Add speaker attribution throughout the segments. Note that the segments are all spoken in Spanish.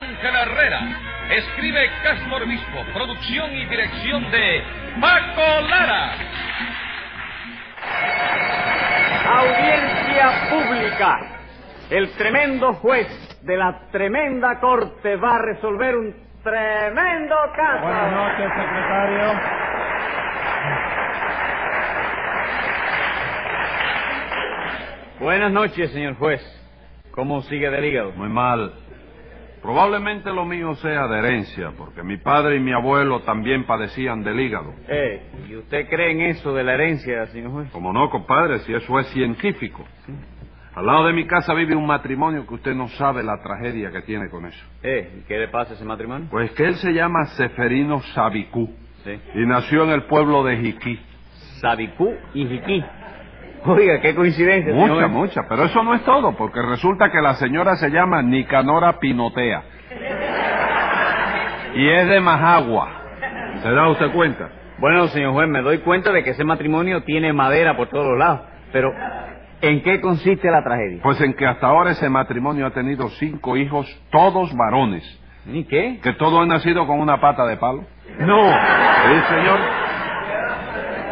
Speaker 1: Ángel Herrera. Escribe Castro Obispo, producción y dirección de Paco Lara.
Speaker 2: Audiencia pública. El tremendo juez de la tremenda corte va a resolver un tremendo caso.
Speaker 3: Buenas noches, secretario.
Speaker 2: Buenas noches, señor juez. ¿Cómo sigue del hígado?
Speaker 4: Muy mal. Probablemente lo mío sea de herencia, porque mi padre y mi abuelo también padecían del hígado.
Speaker 2: Eh, ¿y usted cree en eso de la herencia, señor juez?
Speaker 4: Como no, compadre, si eso es científico. Al lado de mi casa vive un matrimonio que usted no sabe la tragedia que tiene con eso.
Speaker 2: Eh, ¿y qué le pasa a ese matrimonio?
Speaker 4: Pues que él se llama Seferino Sabicú
Speaker 2: Sí.
Speaker 4: y nació en el pueblo de Jiquí.
Speaker 2: Sabicú y Jiquí. Oiga, qué coincidencia, señor
Speaker 4: Mucha,
Speaker 2: juez.
Speaker 4: mucha, pero eso no es todo, porque resulta que la señora se llama Nicanora Pinotea. Y es de Majagua. ¿Se da usted cuenta?
Speaker 2: Bueno, señor juez, me doy cuenta de que ese matrimonio tiene madera por todos lados. Pero, ¿en qué consiste la tragedia?
Speaker 4: Pues en que hasta ahora ese matrimonio ha tenido cinco hijos, todos varones,
Speaker 2: ¿Y qué?
Speaker 4: que todos han nacido con una pata de palo.
Speaker 2: No.
Speaker 4: Sí, señor.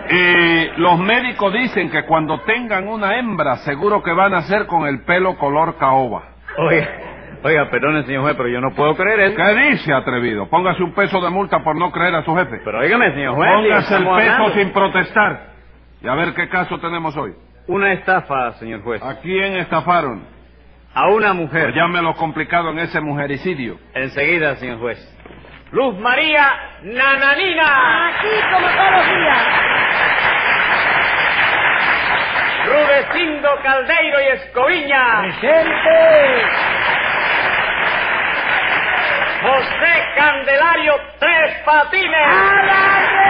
Speaker 4: Y los médicos dicen que cuando tengan una hembra, seguro que van a ser con el pelo color caoba.
Speaker 2: Oiga, oiga, perdone, señor juez, pero yo no puedo creer eso.
Speaker 4: ¿Qué dice, atrevido? Póngase un peso de multa por no creer a su jefe.
Speaker 2: Pero óigame, señor juez.
Speaker 4: Póngase el
Speaker 2: Pues, estamos
Speaker 4: peso
Speaker 2: hablando-
Speaker 4: sin protestar. Y a ver qué caso tenemos hoy.
Speaker 2: Una estafa, señor juez.
Speaker 4: ¿A quién estafaron?
Speaker 2: A una mujer.
Speaker 4: Pues llámelo complicado en ese mujericidio.
Speaker 2: Enseguida, señor juez. Luz María Nananina. Aquí como todos los días. Rudecindo Caldeiro y Escoviña.
Speaker 3: ¡Presente!
Speaker 2: José Candelario Tres Patines.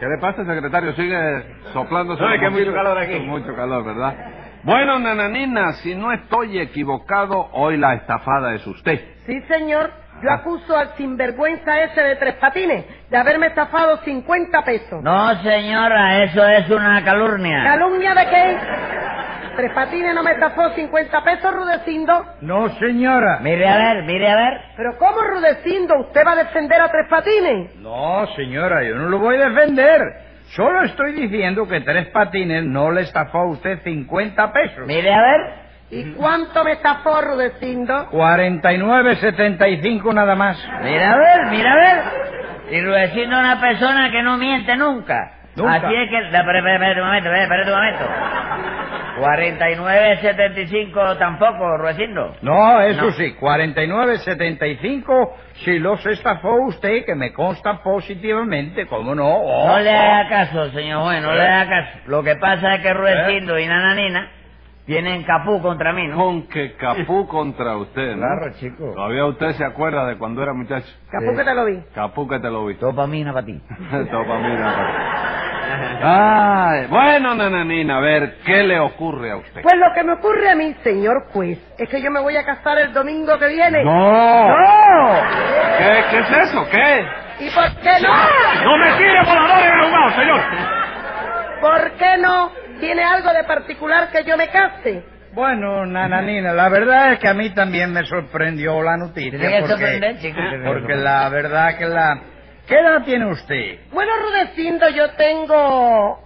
Speaker 4: ¿Qué le pasa, secretario? Sigue soplando.
Speaker 2: No, es que hay mucho calor aquí.
Speaker 4: Mucho calor, ¿verdad? Bueno, nananina, si no estoy equivocado, hoy la estafada es usted.
Speaker 5: Sí, señor. Yo acuso al sinvergüenza ese de tres patines de haberme estafado 50 pesos.
Speaker 6: No, señora, eso es una calurnia.
Speaker 5: ¿Calumnia de qué? Tres patines no me estafó 50 pesos, Rudecindo.
Speaker 3: No, señora.
Speaker 6: Mire a ver, mire a ver.
Speaker 5: Pero ¿cómo, Rudecindo? ¿Usted va a defender a tres patines?
Speaker 3: No, señora, yo no lo voy a defender. Solo estoy diciendo que Tres Patines no le estafó a usted 50 pesos.
Speaker 6: Mire a ver.
Speaker 5: ¿Y cuánto me estafó, Rudecindo?
Speaker 3: 49.75 nada más.
Speaker 6: Mire a ver, mire a ver. Y Rudecindo es una persona que no miente nunca.
Speaker 3: Nunca.
Speaker 6: Así es que... Espera, espera, espera un momento, espera, espera un momento. 49.75 tampoco, Rudecindo.
Speaker 3: No, eso
Speaker 6: No.
Speaker 3: sí, 49.75 si los estafó usted, que me consta positivamente, ¿cómo no? Oh,
Speaker 6: No le
Speaker 3: oh.
Speaker 6: haga caso, señor juez, no
Speaker 3: ¿Eh?
Speaker 6: le haga caso. Lo que pasa es que Rudecindo y Nananina tienen capú contra mí, ¿no?
Speaker 4: Con que Capú contra usted, ¿no?
Speaker 3: Claro, chico.
Speaker 4: Todavía usted se acuerda de cuando era muchacho.
Speaker 5: Capú que te lo vi.
Speaker 4: Capú que te lo vi.
Speaker 6: Topa mina para ti.
Speaker 4: Topa,
Speaker 3: Ah,
Speaker 4: mira. Ay, bueno, nananina, a ver, ¿qué le ocurre a usted?
Speaker 5: Pues lo que me ocurre a mí, señor juez, es que yo me voy a casar el domingo que viene.
Speaker 4: ¡No!
Speaker 5: ¡No!
Speaker 4: ¿Qué, qué es eso? ¿Qué?
Speaker 5: ¿Y por qué no?
Speaker 4: ¡No me tire voladores ahumados, señor!
Speaker 5: ¿Por qué no? ¿Tiene algo de particular que yo me case?
Speaker 3: Bueno, nananina, la verdad es que a mí también me sorprendió la noticia.
Speaker 6: Tiene que
Speaker 3: porque,
Speaker 6: sorprender, chico.
Speaker 3: porque la verdad que la... ¿Qué edad tiene usted?
Speaker 5: Bueno, Rudecindo, yo tengo...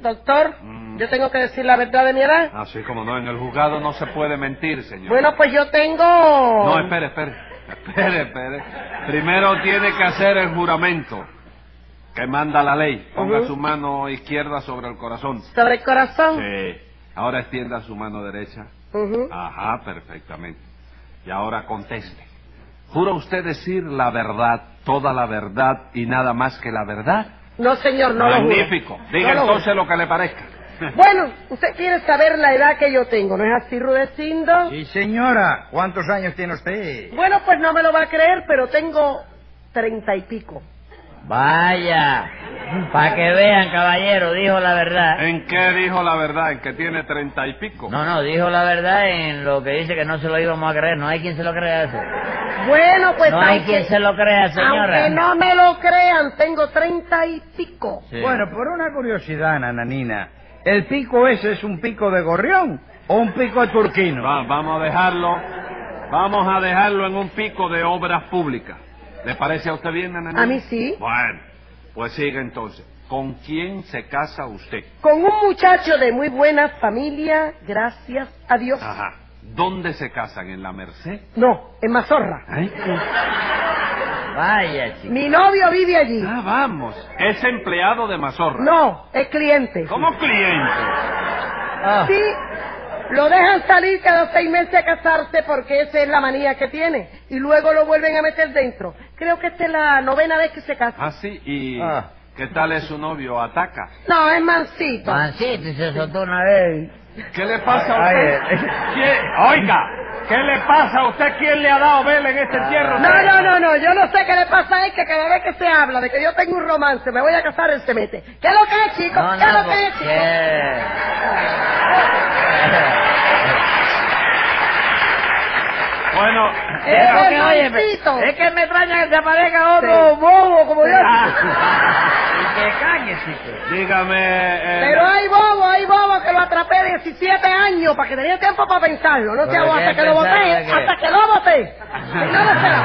Speaker 5: Doctor,
Speaker 4: Mm.
Speaker 5: yo tengo que decir la verdad de mi edad.
Speaker 4: Así como no, en el juzgado no se puede mentir, señor.
Speaker 5: Bueno, pues yo tengo...
Speaker 4: No, espere, espere. Espere, espere. Primero tiene que hacer el juramento que manda la ley. Ponga
Speaker 5: Ujú.
Speaker 4: su mano izquierda sobre el corazón.
Speaker 5: Sobre el corazón.
Speaker 4: Sí. Ahora extienda su mano derecha.
Speaker 5: Ujú.
Speaker 4: Ajá, perfectamente. Y ahora conteste. ¿Jura usted decir la verdad, toda la verdad y nada más que la verdad?
Speaker 5: No, señor, no
Speaker 4: Magnífico.
Speaker 5: lo juro.
Speaker 4: Diga
Speaker 5: No lo
Speaker 4: entonces lo que le parezca.
Speaker 5: juro. Bueno, usted quiere saber la edad que yo tengo, ¿no es así, Rudecindo?
Speaker 3: Sí, señora. ¿Cuántos años tiene usted?
Speaker 5: Bueno, pues no me lo va a creer, pero tengo treinta y pico.
Speaker 6: Vaya, para que vean, caballero, dijo la verdad.
Speaker 4: ¿En qué dijo la verdad? ¿En que tiene treinta y pico?
Speaker 6: No, no, dijo la verdad en lo que dice que no se lo íbamos a creer. No hay quien se lo crea eso.
Speaker 5: Bueno, pues
Speaker 6: No hay
Speaker 5: aunque-
Speaker 6: quien se lo crea,
Speaker 5: aunque
Speaker 6: señora.
Speaker 5: no me lo crean, tengo treinta y pico.
Speaker 6: Sí.
Speaker 3: Bueno, por una curiosidad, nananina. El pico ese es un pico de gorrión. Un pico de turquino.
Speaker 4: Va- vamos a dejarlo, vamos a dejarlo en un pico de obras públicas. ¿Le parece a usted bien, Nananina?
Speaker 5: A mí sí.
Speaker 4: Bueno, pues siga entonces. ¿Con quién se casa usted?
Speaker 5: Con un muchacho de muy buena familia, gracias a Dios.
Speaker 4: Ajá. ¿Dónde se casan? ¿En la Merced?
Speaker 5: No, en Mazorra.
Speaker 4: ¿Eh?
Speaker 6: Vaya, chico.
Speaker 5: Mi novio vive allí.
Speaker 4: Ah, vamos. Es empleado de Mazorra.
Speaker 5: No, es cliente.
Speaker 4: ¿Cómo cliente?
Speaker 6: Ah,
Speaker 5: Sí, lo dejan salir cada seis meses a casarse porque esa es la manía que tiene. Y luego lo vuelven a meter dentro. Creo que esta es la novena vez que se casa.
Speaker 4: Ah, sí. ¿Y
Speaker 3: Ah.
Speaker 4: qué tal es su novio? ¿Ataca?
Speaker 5: No, es mansito.
Speaker 6: Juancito, se soltó una vez.
Speaker 4: ¿Qué le pasa a
Speaker 3: Ay,
Speaker 4: usted?
Speaker 3: ay, eh.
Speaker 4: ¿Qué- Oiga, ¿qué le pasa a usted? ¿Quién le ha dado vela en
Speaker 3: Ah.
Speaker 4: este entierro?
Speaker 5: No, no, no, no, yo no sé qué le pasa a él que cada vez que se habla de que yo tengo un romance, me voy a casar, él se mete. ¿Qué es lo que es, chico?
Speaker 6: No,
Speaker 5: ¿Qué es
Speaker 6: no,
Speaker 5: lo que es,
Speaker 6: porque-
Speaker 5: chico?
Speaker 4: Bueno,
Speaker 5: Es
Speaker 6: Pero que, oye,
Speaker 5: mansito.
Speaker 6: es que me extraña que se aparezca otro
Speaker 5: Sí.
Speaker 6: bobo como yo.
Speaker 4: Ah.
Speaker 6: Y que cague, chico.
Speaker 4: dígame... eh,
Speaker 5: Pero hay bobo, hay bobo que lo atrapé 17 años para que tenía tiempo para pensarlo. No sé,
Speaker 6: Pero
Speaker 5: hasta
Speaker 6: qué
Speaker 5: que lo boté,
Speaker 6: pensar, ¿qué?
Speaker 5: hasta que lo boté. Y no lo sé.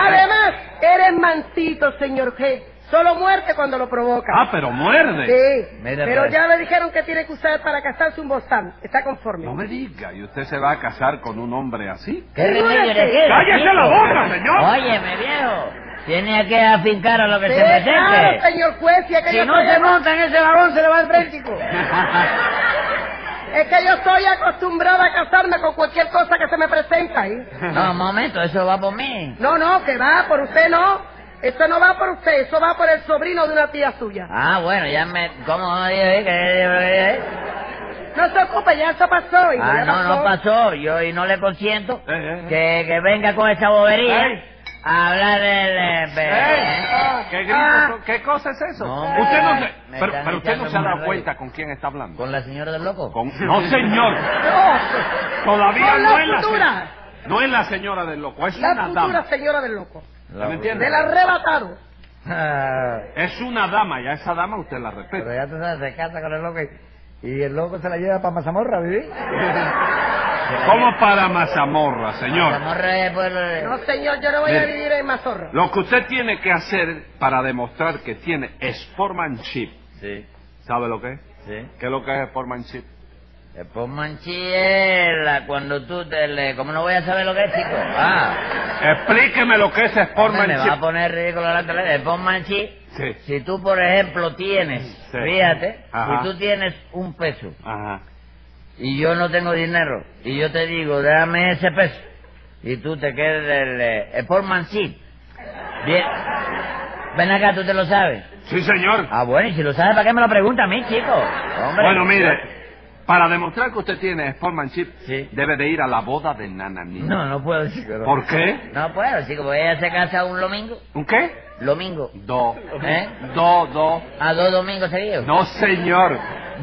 Speaker 5: Además, eres mansito, señor G. Solo muerte cuando lo provoca.
Speaker 4: Ah, pero muerde.
Speaker 5: Sí,
Speaker 6: pues, Mira,
Speaker 5: pero
Speaker 6: pues.
Speaker 5: ya le dijeron que tiene que usar para casarse un bozán. ¿Está conforme?
Speaker 4: No me diga, ¿y usted se va a casar con un hombre así?
Speaker 6: ¿Qué remedio
Speaker 5: Figúrate.
Speaker 6: le queda?
Speaker 4: ¡Cállese la boca, señor!
Speaker 6: Óyeme, viejo. Tiene que afincar a lo que
Speaker 5: Sí,
Speaker 6: se presente.
Speaker 5: claro, señor juez, y es que yo
Speaker 6: Si no
Speaker 5: soy-
Speaker 6: se monta en ese vagón, se le va el tren, chico.
Speaker 5: Es que yo estoy acostumbrada a casarme con cualquier cosa que se me presenta ahí.
Speaker 6: No, un momento, eso va por mí.
Speaker 5: No, no, que va por usted, no. Eso no va por usted, eso va por el sobrino de una tía suya.
Speaker 6: Ah, bueno, ya me... ¿Cómo no dije que-
Speaker 5: No se ocupe, ya eso pasó. hijo,
Speaker 6: Ah,
Speaker 5: ya
Speaker 6: no, no pasó. Yo y no le consiento
Speaker 4: Eh, eh, eh.
Speaker 6: que, que venga con esa bobería
Speaker 4: Ey.
Speaker 6: a hablar del... eh, pe-
Speaker 4: ¡Ey! ¿Qué, grito
Speaker 5: Ah.
Speaker 4: son- ¿Qué cosa es eso?
Speaker 6: No,
Speaker 4: usted no
Speaker 6: me-
Speaker 4: se...
Speaker 6: me
Speaker 4: Pero,
Speaker 6: están
Speaker 4: pero usted no
Speaker 6: echando
Speaker 4: se ha
Speaker 6: una
Speaker 4: dado
Speaker 6: radio.
Speaker 4: cuenta con quién está hablando.
Speaker 6: ¿Con la señora del loco?
Speaker 4: Con- No, señor.
Speaker 5: Oh,
Speaker 4: Todavía
Speaker 5: Con
Speaker 4: no
Speaker 5: la
Speaker 4: es la
Speaker 5: futura.
Speaker 4: se- No es la señora del loco, es
Speaker 5: La
Speaker 4: una
Speaker 5: futura
Speaker 4: dama.
Speaker 5: señora del loco.
Speaker 4: ¿Ya ¿Me entiende?
Speaker 5: Del arrebatado.
Speaker 6: Ah,
Speaker 4: Es una dama y a esa dama usted la
Speaker 6: Pero
Speaker 4: respeta.
Speaker 6: ya tú sabes, se casa con el loco y, y el loco se la lleva para Mazamorra, ¿viví?
Speaker 4: Como para mazamorra, señor.
Speaker 6: Mazamorra es por...
Speaker 5: No, señor, yo no voy a
Speaker 4: Mire.
Speaker 5: vivir en Mazorra.
Speaker 4: Lo que usted tiene que hacer para demostrar que tiene sportmanship,
Speaker 6: Sí,
Speaker 4: ¿sabe lo que es?
Speaker 6: sí.
Speaker 4: ¿Qué es lo que es sportmanship?
Speaker 6: El Pomanchi es la- Eh, pues cuando tú te le... ¿Cómo no voy a saber lo que es, chico? Ah,
Speaker 4: Explíqueme lo que es
Speaker 6: me va a
Speaker 4: sportmanship.
Speaker 6: poner ridículo la tele. El Pomanchi,
Speaker 4: Sí.
Speaker 6: si tú, por ejemplo, tienes,
Speaker 4: Sí.
Speaker 6: fíjate,
Speaker 4: Ajá.
Speaker 6: si tú tienes un peso
Speaker 4: Ajá.
Speaker 6: y yo no tengo dinero y yo te digo, dame ese peso y tú te quedas el... eh, El Pomanchi. Bien. Ven acá, tú te lo sabes.
Speaker 4: Sí, señor.
Speaker 6: Ah, bueno, y si lo sabe, ¿para qué me lo pregunta a mí, chico? Hombre.
Speaker 4: Bueno, mire, para demostrar que usted tiene sportmanship,
Speaker 6: Sí.
Speaker 4: debe de ir a la boda de Nananina.
Speaker 6: No, no puedo, chico. no.
Speaker 4: ¿Por qué?
Speaker 6: No puedo, chico, porque ella se casa un domingo.
Speaker 4: ¿Un qué?
Speaker 6: Domingo.
Speaker 4: Do.
Speaker 6: ¿Eh?
Speaker 4: Do, do.
Speaker 6: ¿A dos domingos seguidos?
Speaker 4: No, señor.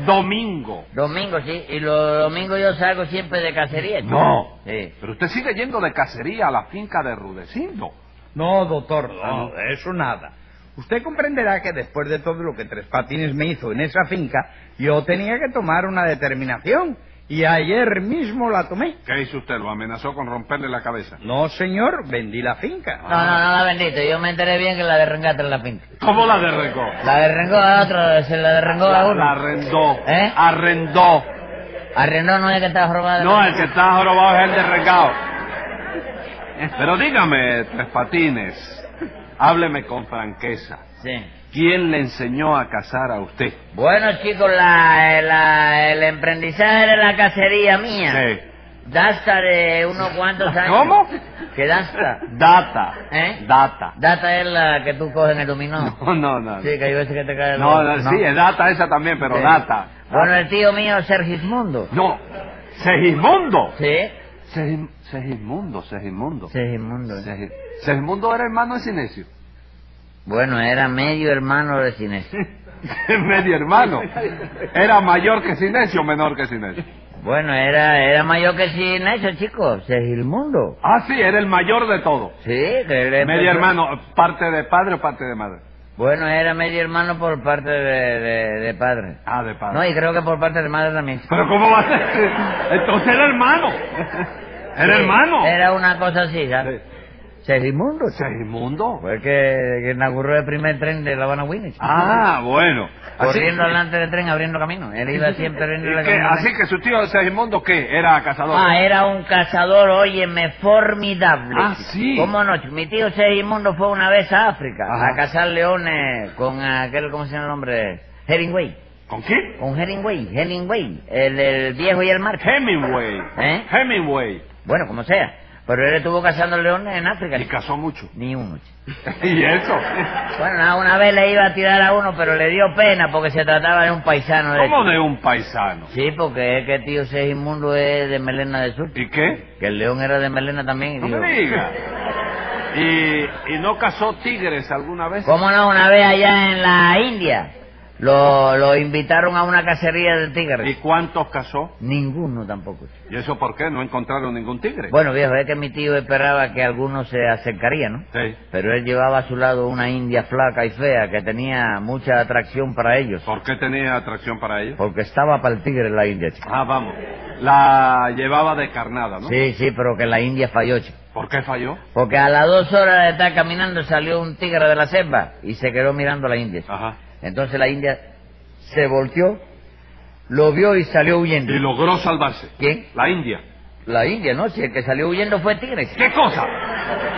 Speaker 4: Domingo.
Speaker 6: Domingo, sí. Y los domingos yo salgo siempre de cacería. chico.
Speaker 4: No.
Speaker 6: Sí.
Speaker 4: Pero usted sigue yendo de cacería a la finca de Rudecindo.
Speaker 3: No, doctor, no,
Speaker 4: Ah, ¿no?
Speaker 3: de eso nada. Usted comprenderá que después de todo lo que Tres Patines me hizo en esa finca, yo tenía que tomar una determinación. Y ayer mismo la tomé.
Speaker 4: ¿Qué hizo usted? ¿Lo amenazó con romperle la cabeza?
Speaker 3: No, señor, vendí la finca.
Speaker 6: No,
Speaker 4: Ah.
Speaker 6: no, no la bendito. Yo me enteré bien que la derrengaste en la finca.
Speaker 4: ¿Cómo la derrengó?
Speaker 6: La derrengó a otro, se la derrengó a
Speaker 4: La, la
Speaker 6: uno.
Speaker 4: arrendó.
Speaker 6: ¿Eh?
Speaker 4: Arrendó.
Speaker 6: Arrendó no es que estaba robada.
Speaker 4: No, el que está jorobado es el derrengado. Pero dígame, Tres Patines, hábleme con franqueza.
Speaker 6: Sí.
Speaker 4: ¿Quién le enseñó a cazar a usted?
Speaker 6: Bueno, chicos, la, eh, la- el emprendizaje de la cacería mía. Data de unos cuantos años.
Speaker 4: ¿Cómo?
Speaker 6: Que data.
Speaker 4: Data.
Speaker 3: Ah,
Speaker 6: ¿Eh?
Speaker 4: Data.
Speaker 6: Data es la que tú coges en el dominó.
Speaker 4: No, no, no.
Speaker 6: Sí, que hay veces que te cae el
Speaker 4: No,
Speaker 6: otro,
Speaker 4: no, sí, es data esa también, pero
Speaker 6: Sí.
Speaker 4: data.
Speaker 6: Bueno, el tío mío, Sergismundo.
Speaker 4: No, Segismundo.
Speaker 6: Sí.
Speaker 4: Segim- Segismundo, Segismundo.
Speaker 6: Sergismundo. ¿eh?
Speaker 4: Segi- Segismundo era hermano de Sinesio.
Speaker 6: Bueno, era medio hermano de Sinesio.
Speaker 4: Medio hermano. Era mayor que Sinesio, menor que Sinesio.
Speaker 6: Bueno, era era mayor que Sinesio, chico. Sergismundo.
Speaker 4: Ah, sí, era el mayor de todo.
Speaker 6: Sí, que él empezó-
Speaker 4: Medio hermano, parte de padre o parte de madre.
Speaker 6: Bueno, era medio hermano por parte de, de- de padre.
Speaker 4: Ah, de padre.
Speaker 6: No, y creo que por parte de madre también.
Speaker 4: Pero ¿cómo va a ser? Entonces era hermano. Era
Speaker 6: Sí,
Speaker 4: hermano.
Speaker 6: Era una cosa así, ¿sabes? Segismundo. chico.
Speaker 4: Segismundo.
Speaker 6: Fue el que, que inauguró el primer tren de La Habana Winnie. chico.
Speaker 4: Ah, bueno. Así,
Speaker 6: Corriendo delante del tren, abriendo camino. Él iba siempre
Speaker 4: ¿y
Speaker 6: abriendo la
Speaker 4: qué?
Speaker 6: camino.
Speaker 4: Así que su tío Segismundo, ¿qué? Era cazador.
Speaker 6: Ah, era un cazador, óyeme, formidable.
Speaker 4: Ah,
Speaker 6: chico.
Speaker 4: sí.
Speaker 6: ¿Cómo no? Mi tío Segismundo fue una vez a África
Speaker 4: Ajá.
Speaker 6: a cazar leones con aquel, ¿cómo se llama el nombre? Hemingway.
Speaker 4: ¿Con quién?
Speaker 6: Con Hemingway, Hemingway, el, el viejo y el mar.
Speaker 4: Hemingway.
Speaker 6: ¿Eh?
Speaker 4: Hemingway.
Speaker 6: Bueno, como sea. Pero él estuvo cazando leones en África.
Speaker 4: Y cazó mucho.
Speaker 6: Ni uno. chico.
Speaker 4: ¿Y eso?
Speaker 6: Bueno, nada, una vez le iba a tirar a uno, pero le dio pena porque se trataba de un paisano de...
Speaker 4: ¿Cómo de un paisano?
Speaker 6: Sí, porque es que tío Segismundo es de Melena del Sur.
Speaker 4: ¿Y qué?
Speaker 6: Que el león era de Melena también. y
Speaker 4: No
Speaker 6: digo,
Speaker 4: me diga. ¿Y, y no cazó tigres alguna vez?
Speaker 6: ¿Cómo no? Una vez allá en la India lo, lo invitaron a una cacería de
Speaker 4: ¿Y
Speaker 6: tigres.
Speaker 4: cuántos cazó?
Speaker 6: Ninguno tampoco.
Speaker 4: ¿Y eso por qué? No encontraron ningún tigre.
Speaker 6: Bueno, viejo, es que mi tío esperaba que alguno se acercaría, ¿no?
Speaker 4: Sí.
Speaker 6: Pero él llevaba a su lado una india flaca y fea que tenía mucha atracción para ellos.
Speaker 4: ¿Por qué tenía atracción para ellos?
Speaker 6: Porque estaba para el tigre la india, chico.
Speaker 4: Ah, vamos. La llevaba de carnada, ¿no?
Speaker 6: Sí, sí, pero que la india falló, chico.
Speaker 4: ¿Por qué falló?
Speaker 6: Porque a las dos horas de estar caminando salió un tigre de la selva y se quedó mirando a la india. chico.
Speaker 4: Ajá.
Speaker 6: Entonces la india se volteó, lo vio y salió huyendo.
Speaker 4: Y logró salvarse.
Speaker 6: ¿Quién?
Speaker 4: La India.
Speaker 6: La India, ¿no? Si el que salió huyendo fue Tigre. chico.
Speaker 4: ¿Qué cosa?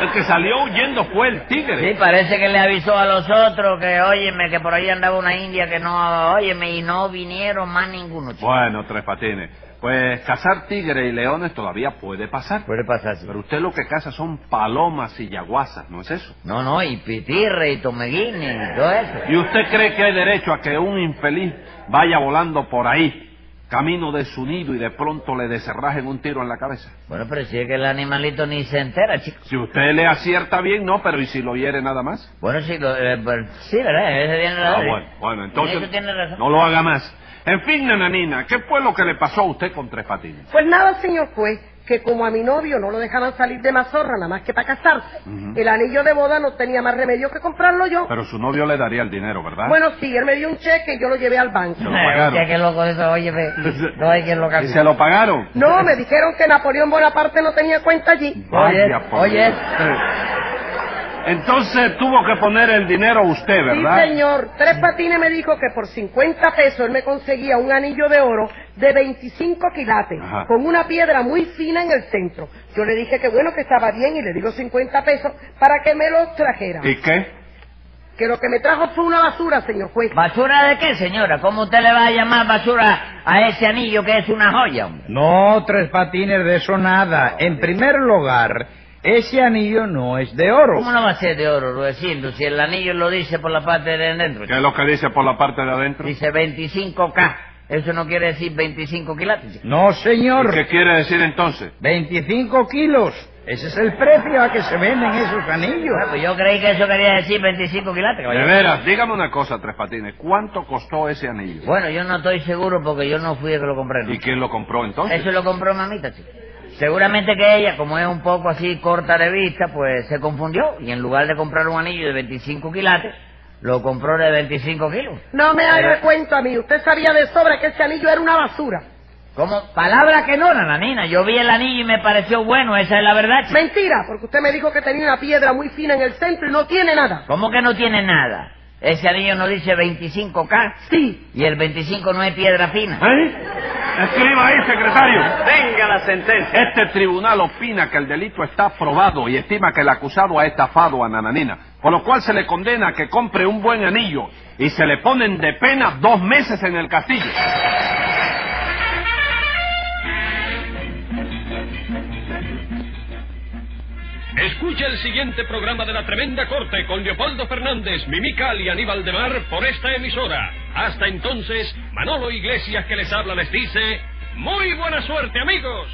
Speaker 4: El que salió huyendo fue el
Speaker 6: Sí,
Speaker 4: tigre.
Speaker 6: parece que le avisó a los otros que, óyeme, que por ahí andaba una India que no, óyeme, y no vinieron más ninguno. chico.
Speaker 4: Bueno, Tres Patines. Pues cazar tigre y leones todavía puede pasar.
Speaker 6: Puede pasar, sí.
Speaker 4: Pero usted lo que caza son palomas y yaguazas, ¿no es eso?
Speaker 6: No, no, y Pitirre, y Tomeguini, y todo eso.
Speaker 4: ¿Y usted cree que hay derecho a que un infeliz vaya volando por ahí, camino de su nido, y de pronto le deserrajen un tiro en la cabeza?
Speaker 6: Bueno, pero si es que el animalito ni se entera, chico.
Speaker 4: Si usted le acierta bien, no, pero ¿y si lo hiere nada más?
Speaker 6: Bueno, sí, lo, eh, pues, sí, ¿verdad? Ese tiene
Speaker 4: Ah,
Speaker 6: razón.
Speaker 4: bueno, bueno,
Speaker 6: En eso
Speaker 4: entonces
Speaker 6: tiene razón.
Speaker 4: no lo haga más. En fin, nananina, ¿qué fue lo que le pasó a usted con Tres Patines?
Speaker 5: Pues nada, señor juez, que como a mi novio no lo dejaban salir de Mazorra nada más que para casarse,
Speaker 4: Ujú.
Speaker 5: el anillo de boda no tenía más remedio que comprarlo yo.
Speaker 4: Pero ah. su novio le daría el dinero, ¿verdad?
Speaker 5: Bueno, sí, él me dio un cheque y yo lo llevé al banco.
Speaker 4: Se lo pagaron.
Speaker 6: Eh, qué loco eso, oye, ve, no hay quien lo
Speaker 4: ¿Y
Speaker 6: cambie.
Speaker 4: se lo pagaron?
Speaker 5: No, me dijeron que Napoleón Bonaparte no tenía cuenta allí.
Speaker 4: Vaya,
Speaker 6: Oye,
Speaker 4: por
Speaker 6: oye.
Speaker 4: Dios. Entonces tuvo que poner el dinero usted, ¿verdad?
Speaker 5: Sí, señor. Tres Patines me dijo que por 50 pesos él me conseguía un anillo de oro de 25 quilates,
Speaker 4: Ajá.
Speaker 5: con una piedra muy fina en el centro. Yo le dije que bueno, que estaba bien, y le digo 50 pesos para que me lo trajera.
Speaker 4: ¿Y qué?
Speaker 5: Que lo que me trajo fue una basura, señor juez.
Speaker 6: ¿Basura de qué, señora? ¿Cómo usted le va a llamar basura a ese anillo que es una joya, hombre?
Speaker 3: No, tres patines, de eso nada. En primer lugar, ese anillo no es de oro.
Speaker 6: ¿Cómo no va a ser de oro, Rudecindo, si el anillo lo dice por la parte de adentro?
Speaker 4: ¿Qué es lo que dice por la parte de adentro?
Speaker 6: Dice 25K. Eso no quiere decir 25 kilates. chico.
Speaker 3: No,
Speaker 4: ¿Y
Speaker 3: señor.
Speaker 4: ¿Qué quiere decir entonces?
Speaker 3: 25 kilos. Ese es el precio a que se venden esos anillos.
Speaker 6: Bueno,
Speaker 4: ¿Eh?
Speaker 6: pues yo creí que eso quería decir 25 quilates,
Speaker 4: De
Speaker 6: caballero.
Speaker 4: veras, dígame una cosa, Tres Patines, ¿cuánto costó ese anillo?
Speaker 6: Bueno, yo no estoy seguro porque yo no fui el que lo compré. ¿no?
Speaker 4: ¿Y quién lo compró entonces?
Speaker 6: Eso lo compró mamita, chico. Seguramente que ella, como es un poco así corta de vista, pues se confundió y en lugar de comprar un anillo de 25 quilates, lo compró de 25 kilos.
Speaker 5: No me haga
Speaker 4: Eh.
Speaker 6: Pero-
Speaker 5: cuento a mí. Usted sabía de sobra que ese anillo era una basura.
Speaker 6: ¿Cómo? Palabra que no, nananina. Yo vi el anillo y me pareció bueno, esa es la verdad, chico.
Speaker 5: Mentira, porque usted me dijo que tenía una piedra muy fina en el centro y no tiene nada.
Speaker 6: ¿Cómo que no tiene nada? Ese anillo no dice 25K
Speaker 5: Sí.
Speaker 6: y el 25 no es piedra fina.
Speaker 4: ¿Eh? Escriba ahí, secretario.
Speaker 2: Venga la sentencia.
Speaker 4: Este tribunal opina que el delito está probado y estima que el acusado ha estafado a Nananina, por lo cual se le condena a que compre un buen anillo y se le ponen de pena dos meses en el castillo.
Speaker 1: Escucha el siguiente programa de La Tremenda Corte con Leopoldo Fernández, Mimical y Aníbal de Mar por esta emisora. Hasta entonces, Manolo Iglesias que les habla les dice, ¡Muy buena suerte amigos!